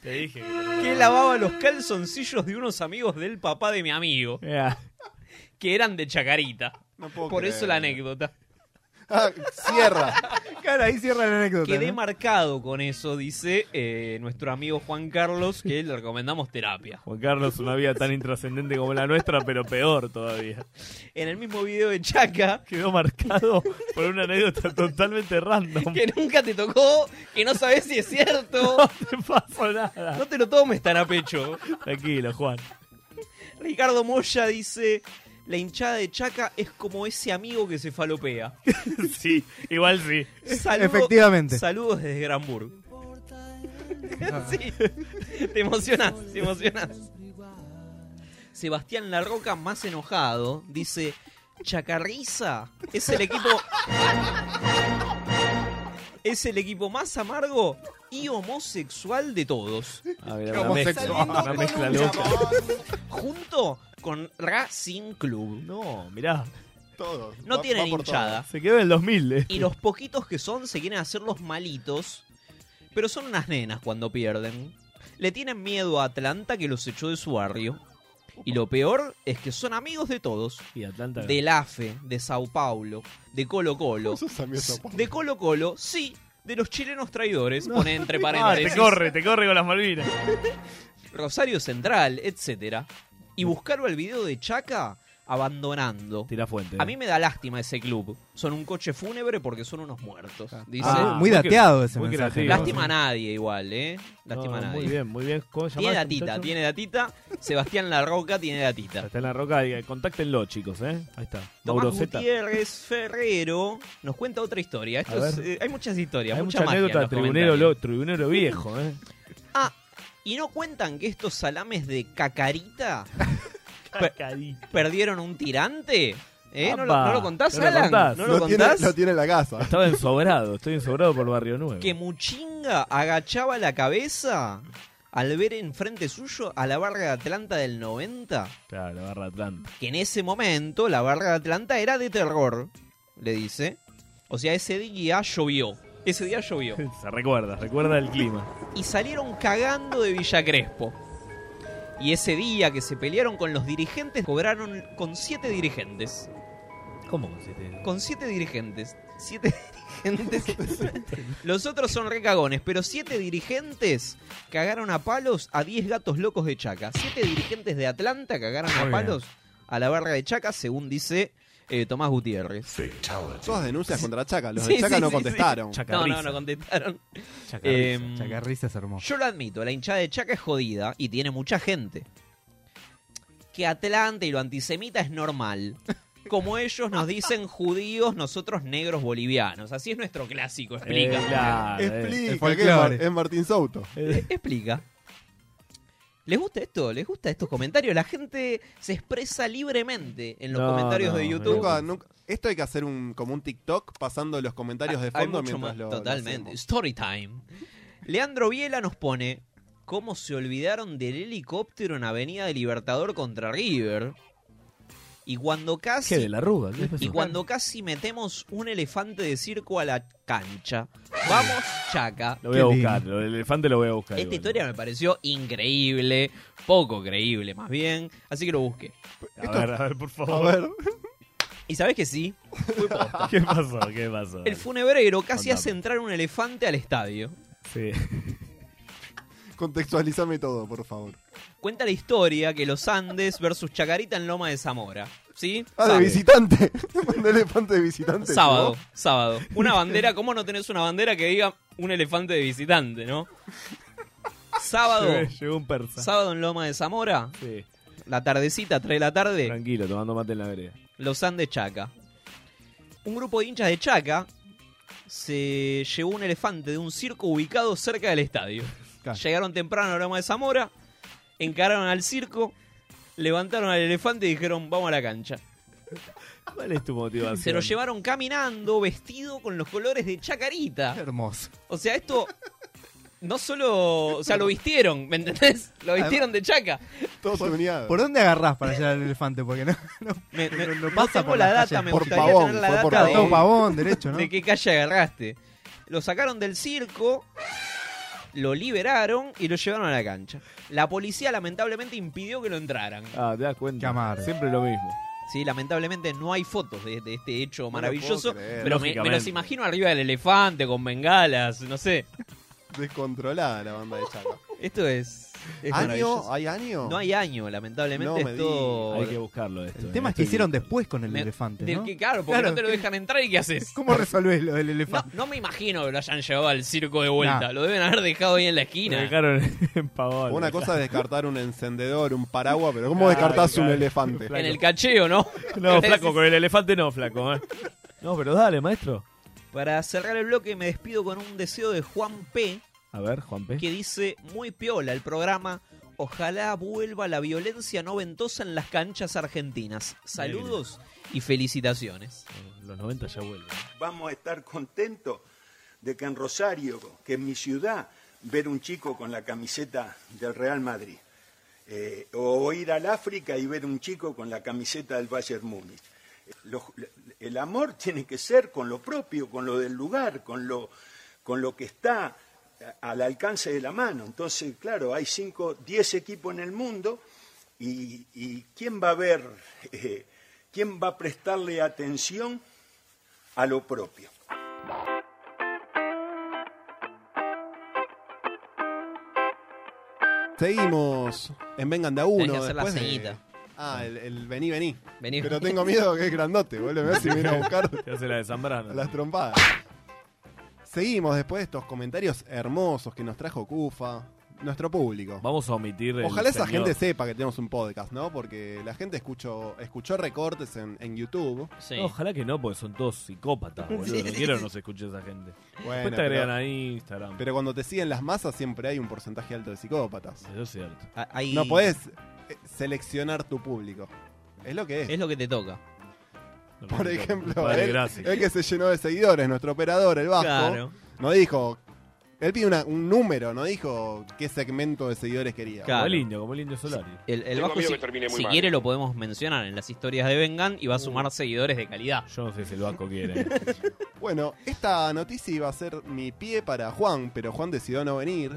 Te dije. que terminaba que lavaba los calzoncillos de unos amigos del papá de mi amigo, Mirá. que eran de Chacarita. puedo Por eso la creer. anécdota. Ah, cierra. Claro, ahí cierra la anécdota. Quedé ¿no? marcado con eso, dice eh, nuestro amigo Juan Carlos, que le recomendamos terapia. Juan Carlos, una vida tan intrascendente como la nuestra, pero peor todavía. En el mismo video de Chaca, Quedó marcado por una anécdota totalmente random. que nunca te tocó, que no sabes si es cierto. No te pasó nada. No te lo tomes tan a pecho. Tranquilo, Juan. Ricardo Moya dice: La hinchada de Chaca es como ese amigo que se falopea. Sí, igual sí. Saludo- Efectivamente. Saludos desde Granburg. sí. Te emocionas, te emocionas. Sebastián Larroca, más enojado, dice: Chacarriza es el equipo. Es el equipo más amargo y homosexual de todos. A ver, una mezcla- Homosexual. una mezcla loca. Junto con Racing Club. No, mirá. Todo. No Va- tienen va por todo. hinchada. Se quedó en el 2000. eh. Y los poquitos que son se quieren hacer los malitos. Pero son unas nenas cuando pierden. Le tienen miedo a Atlanta que los echó de su barrio. Y lo peor es que son amigos de todos. Y Atlanta. Del AFE, de Sao Paulo, de Colo Colo. Sos amigo de Sao Paulo. De Colo Colo, sí, de los chilenos traidores, pone entre Ah, paréntesis. te corre, te corre con las Malvinas. Rosario Central, etcétera. Y buscarlo el video de Chaca abandonando. Tira fuente. eh. A mí me da lástima ese club. Son un coche fúnebre porque son unos muertos. Dice. Ah, muy dateado ese muy mensaje. creativo. Lástima a nadie igual, ¿eh? No, Lástima a no, nadie. Muy bien, muy bien. ¿Cómo se llama Tiene este datita, muchacho? tiene datita. Sebastián Larroca tiene datita. Está en la roca, diga, contáctenlo, chicos, ¿eh? Ahí está. Mauro Tomás Z. Gutiérrez Ferrero nos cuenta otra historia. Esto A es, ver. eh, hay muchas historias, Hay mucha, mucha magia en anécdota, los tribunero, comentarios. lo- tribunero viejo, ¿eh? Ah, y no cuentan que estos salames de cacarita Cacarita. perdieron un tirante. ¿Eh? ¿No, lo, Apa, no lo contás, no lo Alan? contás. ¿No lo tiene, contás? lo tiene en la casa. Estaba ensobrado, estoy ensobrado por Barrio Nuevo. que Muchinga agachaba la cabeza al ver enfrente suyo a la barra de Atlanta del 90, Claro, la barra Atlanta. que en ese momento la barra de Atlanta era de terror, le dice. O sea, ese día llovió. Ese día llovió. Se recuerda, recuerda el clima. Y salieron cagando de Villa Crespo. Y ese día que se pelearon con los dirigentes, cobraron con siete dirigentes. ¿Cómo consiste? Con siete dirigentes. Siete dirigentes. Los otros son recagones, pero siete dirigentes cagaron a palos a diez gatos locos de Chaca. Siete dirigentes de Atlanta cagaron Muy a bien. palos a la barra de Chaca, según dice eh, Tomás Gutiérrez. Todas denuncias contra Chaca. Los Sí, de Chaca sí, sí, no sí. contestaron. No, Chacarriza. no, no contestaron. Chacarriza, Em, Chacarriza es hermoso. Yo lo admito, la hinchada de Chaca es jodida y tiene mucha gente. Que Atlanta y lo antisemita es normal. Como ellos nos dicen judíos, nosotros negros bolivianos. Así es nuestro clásico, explica. Eh, claro, eh. el Explica, que es, folclore. Mar- es Martín Souto. Eh, Explica. ¿Les gusta esto? ¿Les gusta estos comentarios? La gente se expresa libremente en los No, comentarios no, de YouTube. Nunca- nunca- esto hay que hacer un, como un TikTok pasando los comentarios de Ah, hay fondo mucho mientras más, lo. lo Totalmente. hacemos. Story time. Leandro Biela nos pone cómo se olvidaron del helicóptero en Avenida de Libertador contra River. Y cuando ¿Qué? De casi la Rúa. ¿Qué pasó? y cuando casi metemos un elefante de circo a la cancha. Vamos, Chaca. Lo voy a Qué buscar, lo- el elefante lo voy a buscar. Esta igual. historia me pareció increíble, poco creíble más bien, así que lo busqué. A ver, a ver, por A favor. ver. Y sabes que sí, ¿Qué pasó? ¿Qué pasó? el funebrero casi Contame. hace entrar un elefante al estadio. Sí. Contextualízame todo, por favor. Cuenta la historia que los Andes versus Chacarita en Loma de Zamora. ¿Sí? Ah, Sábado. de visitante. un elefante de visitante. Sábado, ¿no? sábado. Una bandera, ¿cómo no tenés una bandera que diga un elefante de visitante, no? Sábado, Llegó, llegó un persa. sábado en Loma de Zamora, Sí. la tardecita, 3 de la tarde, Tranquilo, tomando mate en la vereda. los Andes Chaca. Un grupo de hinchas de Chaca se llevó un elefante de un circo ubicado cerca del estadio. Claro. Llegaron temprano a Loma de Zamora, encararon al circo, levantaron al elefante y dijeron, vamos a la cancha. ¿Cuál es tu motivación? Se lo llevaron caminando, vestido con los colores de Chacarita. Hermoso. O sea, esto no solo, o sea, lo vistieron, ¿me entendés? Lo vistieron de chaca. Todos tuneados. ¿Por dónde agarrás para llegar al elefante? Porque no, no, Me- me- no- no no pasa tengo por la las data, calles. me gustaría tener la fue por data de- Todo pavón, derecho, ¿no? ¿De qué calle agarraste? Lo sacaron del circo, lo liberaron y lo llevaron a la cancha. La policía lamentablemente impidió que lo entraran. Ah, te das cuenta. Qué amargo. Siempre lo mismo. Sí, lamentablemente no hay fotos de, de este hecho lo maravilloso, puedo creer. pero me, me los Lógicamente. imagino arriba del elefante con bengalas, no sé. Descontrolada la banda de Chaca. Esto es... es maravilloso. ¿Año? ¿Hay año? No hay año, lamentablemente No me es todo... Hay que buscarlo esto. El tema es que hicieron después con el Me- elefante, del ¿no? que, claro, porque no te lo dejan entrar y ¿qué haces? ¿Cómo resolvés lo del No, elefante? no me imagino que lo hayan llevado al circo de vuelta. Nah. Lo deben haber dejado ahí en la Lo esquina. dejaron en pavón. Una cosa es descartar un encendedor, un paraguas, pero ¿cómo Claro, descartás un claro. elefante? En el cacheo, ¿no? No, flaco, con el elefante no, flaco. eh. No, pero dale, maestro. Para cerrar el bloque me despido con un deseo de Juan P. A ver, Juan P. que dice muy piola el programa. Ojalá vuelva la violencia noventosa en las canchas argentinas. Saludos y felicitaciones. Los 90 ya vuelven. Vamos a estar contentos de que en Rosario, que en mi ciudad, ver un chico con la camiseta del Real Madrid. Eh, o ir al África y ver un chico con la camiseta del Bayern Múnich. Lo- el amor tiene que ser con lo propio, con lo del lugar, con lo, con lo que está a- al alcance de la mano. Entonces, claro, hay 5, 10 equipos en el mundo y, y ¿quién va a ver, eh, quién va a prestarle atención a lo propio? Seguimos en Vengan de a Tenés uno. que hacer la después de- ceñita. Ah, el, el vení, vení. Vení, Pero vení. tengo miedo que es grandote. Vuelve a ver si viene a buscar Te hace la de Zambrano. las trompadas. Seguimos después de estos comentarios hermosos que nos trajo Cufa, nuestro público. Vamos a omitir. el Ojalá esa señor. gente sepa que tenemos un podcast, ¿no? Porque la gente escuchó, escuchó recortes en, en YouTube. No, ojalá que no, porque son todos psicópatas, boludo. Sí. No quiero que nos escuche esa gente. Bueno, Después te agregan pero- a Instagram. Pero cuando te siguen las masas siempre hay un porcentaje alto de psicópatas. Eso es cierto. Ah, No podés eh, seleccionar tu público. Es lo que es. Es lo que te toca. Por ejemplo, eh, Vale, él- gracias. él que se llenó de seguidores, nuestro operador, el Vasco, Claro. no dijo... Él pide una- un número, no dijo qué segmento de seguidores quería. Claro. Como el indio, como el indio Solari. El, el Tengo Vasco, miedo si, que termine muy si mal. quiere, lo podemos mencionar en las historias de Vengan y va a sumar seguidores de calidad. Uh. Yo no sé si el Vasco quiere. Bueno, esta noticia iba a ser mi pie para Juan, pero Juan decidió no venir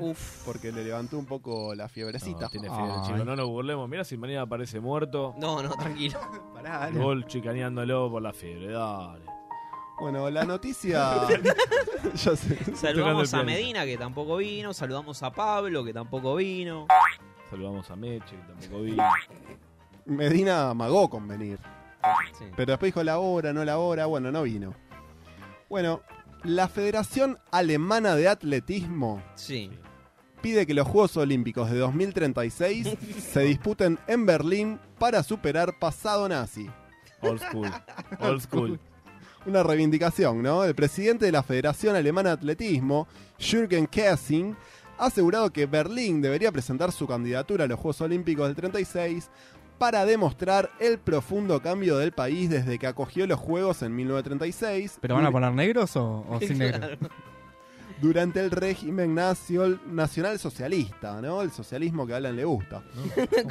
porque le levantó un poco la fiebrecita. Ah. No, tiene fiebre, chico, no nos burlemos. Mira si mañana aparece muerto. No, no, tranquilo. Pará, dale. Gol chicaneándolo por la fiebre, dale. Bueno, la noticia. ya sé. Saludamos Tocando a el piano. Medina, que tampoco vino. Saludamos a Pablo, que tampoco vino. Saludamos a Meche, que tampoco vino. Medina amagó con venir. Sí. Pero después dijo la hora, no la hora, bueno, no vino. Bueno, la Federación Alemana de Atletismo Sí. pide que los Juegos Olímpicos de 2036 se disputen en Berlín para superar pasado nazi. Old school. Old school. Una reivindicación, ¿no? El presidente de la Federación Alemana de Atletismo, Jürgen Kessing, ha asegurado que Berlín debería presentar su candidatura a los Juegos Olímpicos del 36 para demostrar el profundo cambio del país desde que acogió los Juegos en 1936. ¿Pero van a poner negros o, o sin negros? Durante el régimen nacio- nacional socialista, ¿no? El socialismo que a Alan le gusta.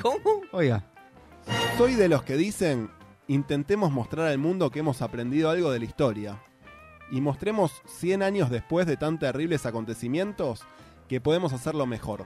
¿Cómo? Oiga. Soy de los que dicen, intentemos mostrar al mundo que hemos aprendido algo de la historia. Y mostremos 100 años después de tan terribles acontecimientos que podemos hacerlo mejor.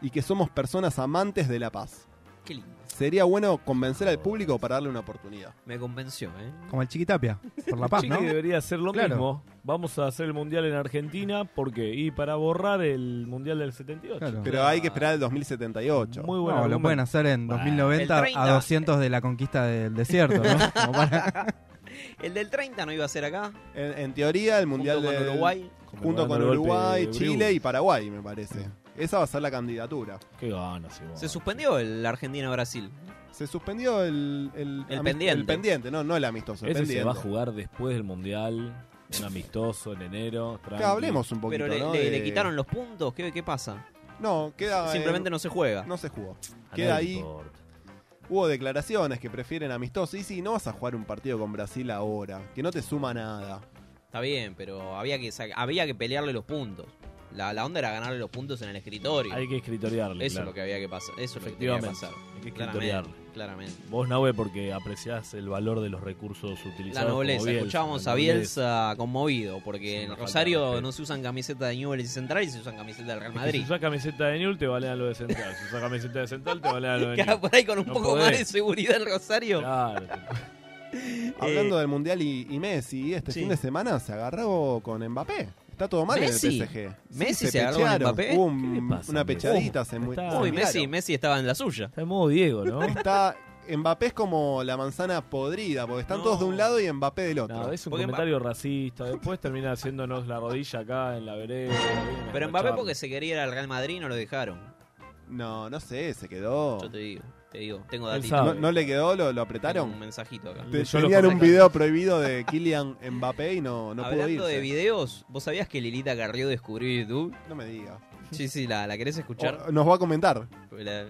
Y que somos personas amantes de la paz. Qué lindo. Sería bueno convencer al público para darle una oportunidad. Me convenció, ¿eh? Como el chiquitapia. Por la paz, Chiqui ¿no? debería hacer lo Claro. mismo. Vamos a hacer el mundial en Argentina, ¿por qué? Y para borrar el mundial del 78. Claro. Pero hay que esperar al 2078. Muy No, lo pueden hacer en 2090 El a 30. 200 de la conquista del desierto, ¿no? Como para- El del 30 no iba a ser acá. En, en teoría, el mundial con del- Uruguay. Junto con Conmemorando el golpe Uruguay, de Chile Briuti. y Paraguay, me parece. Esa va a ser la candidatura. Qué ganas, igual. Se suspendió el Argentina-Brasil. Se suspendió el, El amist- pendiente. El pendiente, no, no el amistoso. El Ese se pendiente. va a jugar después del mundial, un amistoso en enero. Que tranqui. hablemos un poquito. Pero le, ¿no? le- de- le quitaron los puntos. ¿Qué, qué pasa? No, queda. Simplemente eh, no se juega. No se jugó. A Queda nadie le ahí. importa. Hubo declaraciones que prefieren amistoso. Y si no vas a jugar un partido con Brasil ahora, que no te suma nada. Está bien, pero había que, sa- había que pelearle los puntos. La, la onda era ganarle los puntos en el escritorio. Hay que escritoriarle. Eso claro. es lo que había que pasar. Eso es lo que tenía que Efectivamente, pasar. hay que claramente, escritoriarle. claramente. Vos, Nahue, porque apreciás el valor de los recursos La utilizados. como nobleza, Bielsa, escuchábamos la a nobleza. Bielsa conmovido, porque en falta de Rosario respeto. no se usan camiseta de Newell's y Central y se usan camiseta del Real Es que Madrid. Si usás camiseta de Newell, te vale a lo de Central. Si usás camiseta de Central, te vale a lo de Que Newell. por ahí con un No poco podés. más de seguridad el Rosario. Claro. Hablando del Mundial y, y Messi, este Eh, sí. fin de semana se agarró con Mbappé. Está todo mal Messi. en el PSG. Sí, Messi se agarró con pechearon. Mbappé. Hubo un- ¿Qué le pasa, una Messi? pechadita. Se mu- se Uy, miraron. Messi, Messi estaba en la suya. Está en modo Diego, ¿no? Está, Mbappé es como la manzana podrida, porque están todos de un lado y Mbappé del otro. No, es un comentario racista. Después termina haciéndonos la rodilla acá en la vereda. Pero Mbappé porque se quería ir al Real Madrid no lo dejaron. No, no sé, se quedó. Yo te digo, te digo, tengo Él datitos. sabe. ¿No, no le quedó? ¿Lo, lo apretaron? Tengo un mensajito acá. Leyó Te- los tenían un comentarios. video prohibido de Kylian Mbappé y no, no pudo Hablando irse. de videos, ¿vos sabías que Lilita Carrió descubrió YouTube? No me digas. Oh, Sí, sí, la, la querés escuchar. Pues O- nos va a comentar. La-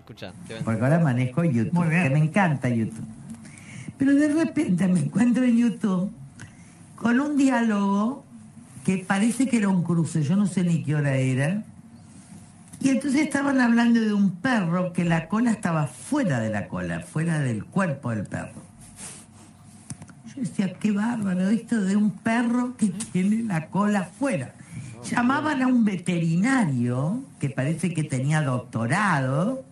Escuchá, te voy a- Porque ahora manejo YouTube, que me encanta YouTube. Pero de repente me encuentro en YouTube con un diálogo que parece que era un cruce, yo no sé ni qué hora era. Y entonces estaban hablando de un perro que la cola estaba fuera de la cola, fuera del cuerpo del perro. Yo decía, qué bárbaro esto de un perro que tiene la cola fuera. Llamaban a un veterinario que parece que tenía doctorado.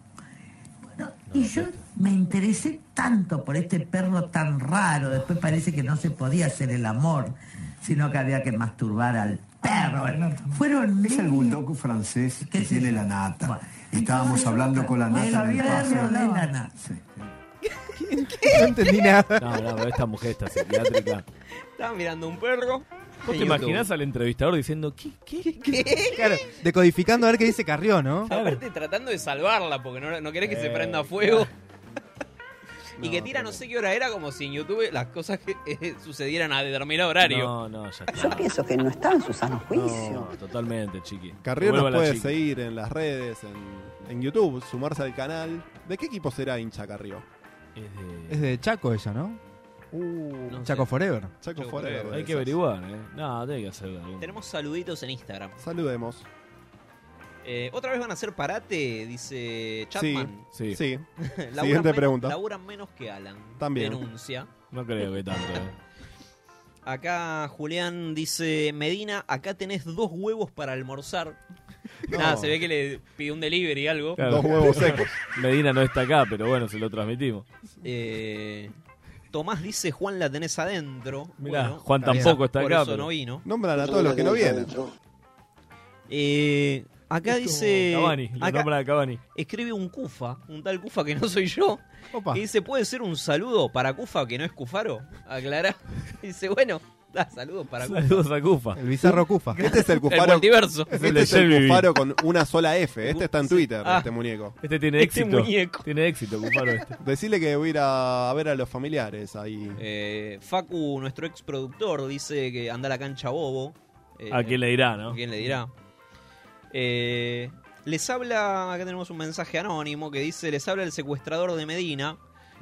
Bueno, y yo me interesé tanto por este perro tan raro. Después parece que no se podía hacer el amor, sino que había que masturbar al perro. Fueron Ah, Es el bulldog francés que tiene la nata. Estábamos hablando con la El nata en el perro de paso. la nada. No entendí nada. No, no, pero esta mujer está psiquiátrica. Estaba mirando un perro. ¿Vos en te YouTube. imaginás al entrevistador diciendo qué? ¿Qué? ¿Qué? Claro, decodificando a ver qué dice Carrió, ¿no? Aparte tratando de salvarla porque no, no querés que Eh, se prenda fuego. y que tira no sé qué hora era como si en YouTube las cosas que, eh, sucedieran a determinado horario. No, no, ya está. Yo pienso que no está en su sano No, totalmente, chiqui. Carrió Vuelvo a nos la puede chiqui. seguir en las redes, en, en YouTube, sumarse al canal. ¿De qué equipo será hincha Carrió? Es de Chaco ella, ¿no? Chaco Forever. Uh, Chaco Forever. Chaco Forever. Hay esas. que averiguar, ¿eh? No, tiene que hacerlo. algún- Tenemos saluditos en Instagram. Saludemos. Eh, Otra vez van a hacer parate, dice Chapman. Sí, sí. Laburan Siguiente men- pregunta. Laburan menos que Alan. También. Denuncia. No creo que tanto, ¿eh? Acá Julián dice, Medina, acá tenés dos huevos para almorzar. No. Nada, se ve que le pidió un delivery algo. Claro. Medina no está acá, pero bueno, se lo transmitimos. Eh, Tomás dice, Juan la tenés adentro. Mirá, Juan tampoco está por acá, eso pero- no vino. Nombran a todos los que no vienen. Eh, acá dice... Cavani, lo acá- nombran a Cavani. Escribe un Cufa, un tal Cufa que no soy yo. Que dice, ¿puede ser un saludo para Cufa que no es Cufaro? Aclará. Dice, bueno, da saludos para Cufa. Saludos a Cufa. El bizarro Cufa. Este es el Cufaro. multiverso. Este Es el es de el Shelby. Cufaro con una sola F. Este está en Twitter, Ah. este muñeco. Este tiene Este éxito. muñeco. Tiene éxito, Cufaro este. Decirle que voy a ir a, a ver a los familiares ahí. Eh, Facu, nuestro ex productor, dice que anda a la cancha bobo. Eh, ¿A quién le dirá, Ah, no? ¿A quién le dirá? Eh, les habla, acá tenemos un mensaje anónimo que dice, les habla el secuestrador de Medina.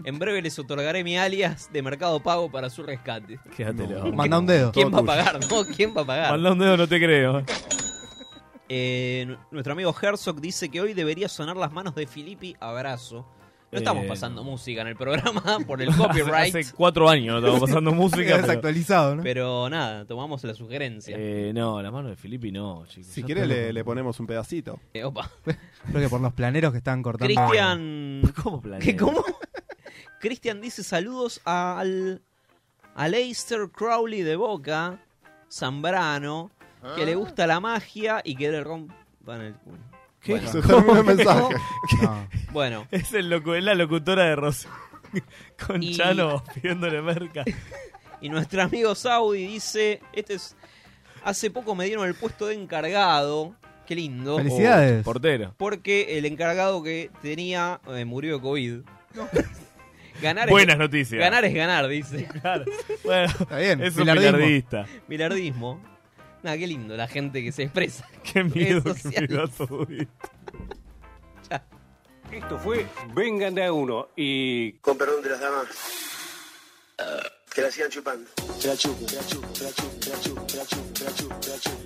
En breve les otorgaré mi alias de Mercado Pago para su rescate. Quédatelo. Manda un dedo. ¿Quién va a Todo pagar? no? ¿Quién va a pagar? Manda un dedo, no te creo. Eh, nu- nuestro amigo Herzog dice que hoy debería sonar las manos de Filippi. Abrazo. No estamos Eh, pasando música en el programa Ah, por el copyright. Hace, hace cuatro años no estamos pasando música. pero- Desactualizado, ¿no? Pero nada, tomamos la sugerencia. Eh, no, la mano de Filippi no, chicos. Si Ya quiere está le, loco. le ponemos un pedacito. Eh, opa. Creo que por los planeros que están cortando. Cristian. ¿Cómo ¿Qué, ¿Cómo? Cristian dice saludos al. a Leicester Crowley de Boca, Zambrano, que le gusta la magia y que le rompan el culo. ¿Qué? Bueno. Se terminó el mensaje. No. Bueno. Es, el locu- es la locutora de Rosa. Con Y- Chano pidiéndole merca. Y nuestro amigo Saudi dice, este es, hace poco me dieron el puesto de encargado, qué lindo. Felicidades. Oh, Portero. Porque el encargado que tenía eh, murió de COVID. ganar Buenas es, noticias. Ganar es ganar, dice. Bueno, es un bilardismo. milardista. Milardismo. Nada, qué lindo, la gente que se expresa. Qué miedo Redes que me da sociales. todo Esto fue Vengan de a uno y. Con perdón de las damas. Que la sigan chupando. Te la chupo, te la chupo, te la chupo, te la chupo, te la chupo, te la chupo,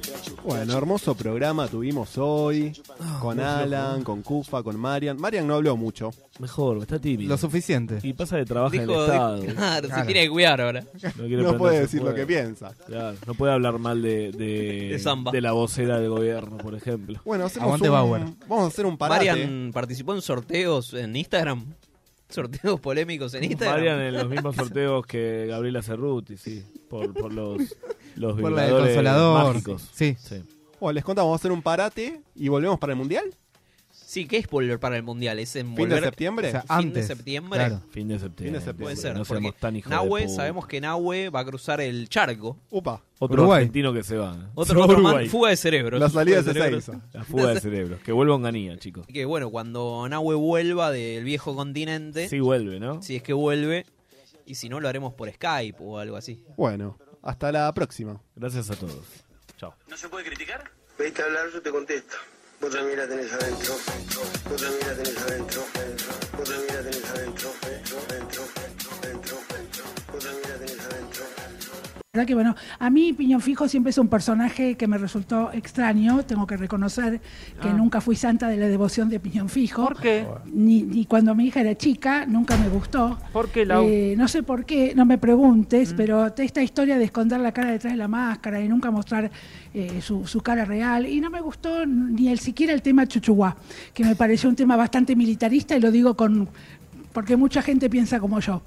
te la chupo. Bueno, hermoso programa tuvimos Ah, hoy con Alan, con Kufa, con Marian. Marian no habló mucho. Mejor, está tímido. Lo suficiente. Y pasa de trabajo en el Dijo, Estado. claro, se tiene que cuidar ahora. quiere No prender puede su decir lo fuego. que piensa. Claro, no puede hablar mal de, de, De Zamba. de la vocera del gobierno, por ejemplo. Bueno, hacemos un- Vamos a hacer un parate. Marian participó en sorteos en Instagram. Sorteos polémicos en Instagram. Marian en los mismos sorteos que Gabriela Cerruti, sí. Por, por los, los Por la del vibradores consolador. mágicos. Sí. Bueno, les contamos, vamos a hacer un parate y volvemos para el mundial. Sí, ¿qué es volver para el mundial? ¿Es en de volver- septiembre? O sea, ¿Fin antes, de septiembre? claro. Fin de septiembre. Fin de septiembre. Puede ser, No porque seamos tan hijos de Nahue, puta. sabemos que Nahue va a cruzar el charco. Upa. Otro Uruguay. argentino que se va. Otro- otro man- fuga de cerebros. La salida Fuga de de cerebros. Ezeiza. La fuga de cerebros. Que vuelva a Onganía, chicos. Así que bueno, cuando Nahue vuelva del viejo continente. Sí vuelve, ¿no? Si es que vuelve. Y si no, lo haremos por Skype o algo así. Bueno, hasta la próxima. Gracias a todos. Chao. ¿No se puede criticar? Vete a hablar, yo te contesto. Vos también la tenés adentro. Vos también la tenés adentro. Vos también la tenés adentro. Dentro, dentro, dentro, dentro. Vos también la tenés adentro. La verdad que bueno, a mí Piñón Fijo siempre es un personaje que me resultó extraño, tengo que reconocer que Ah. nunca fui santa de la devoción de Piñón Fijo. ¿Por qué? Ni, ni cuando mi hija era chica, nunca me gustó. ¿Por qué, Lau? Mm. Eh, no sé por qué, no me preguntes, pero esta historia de esconder la cara detrás de la máscara y nunca mostrar eh, su, su cara real, y no me gustó ni el, siquiera el tema Chuchuá, que me pareció un tema bastante militarista y lo digo con porque mucha gente piensa como yo.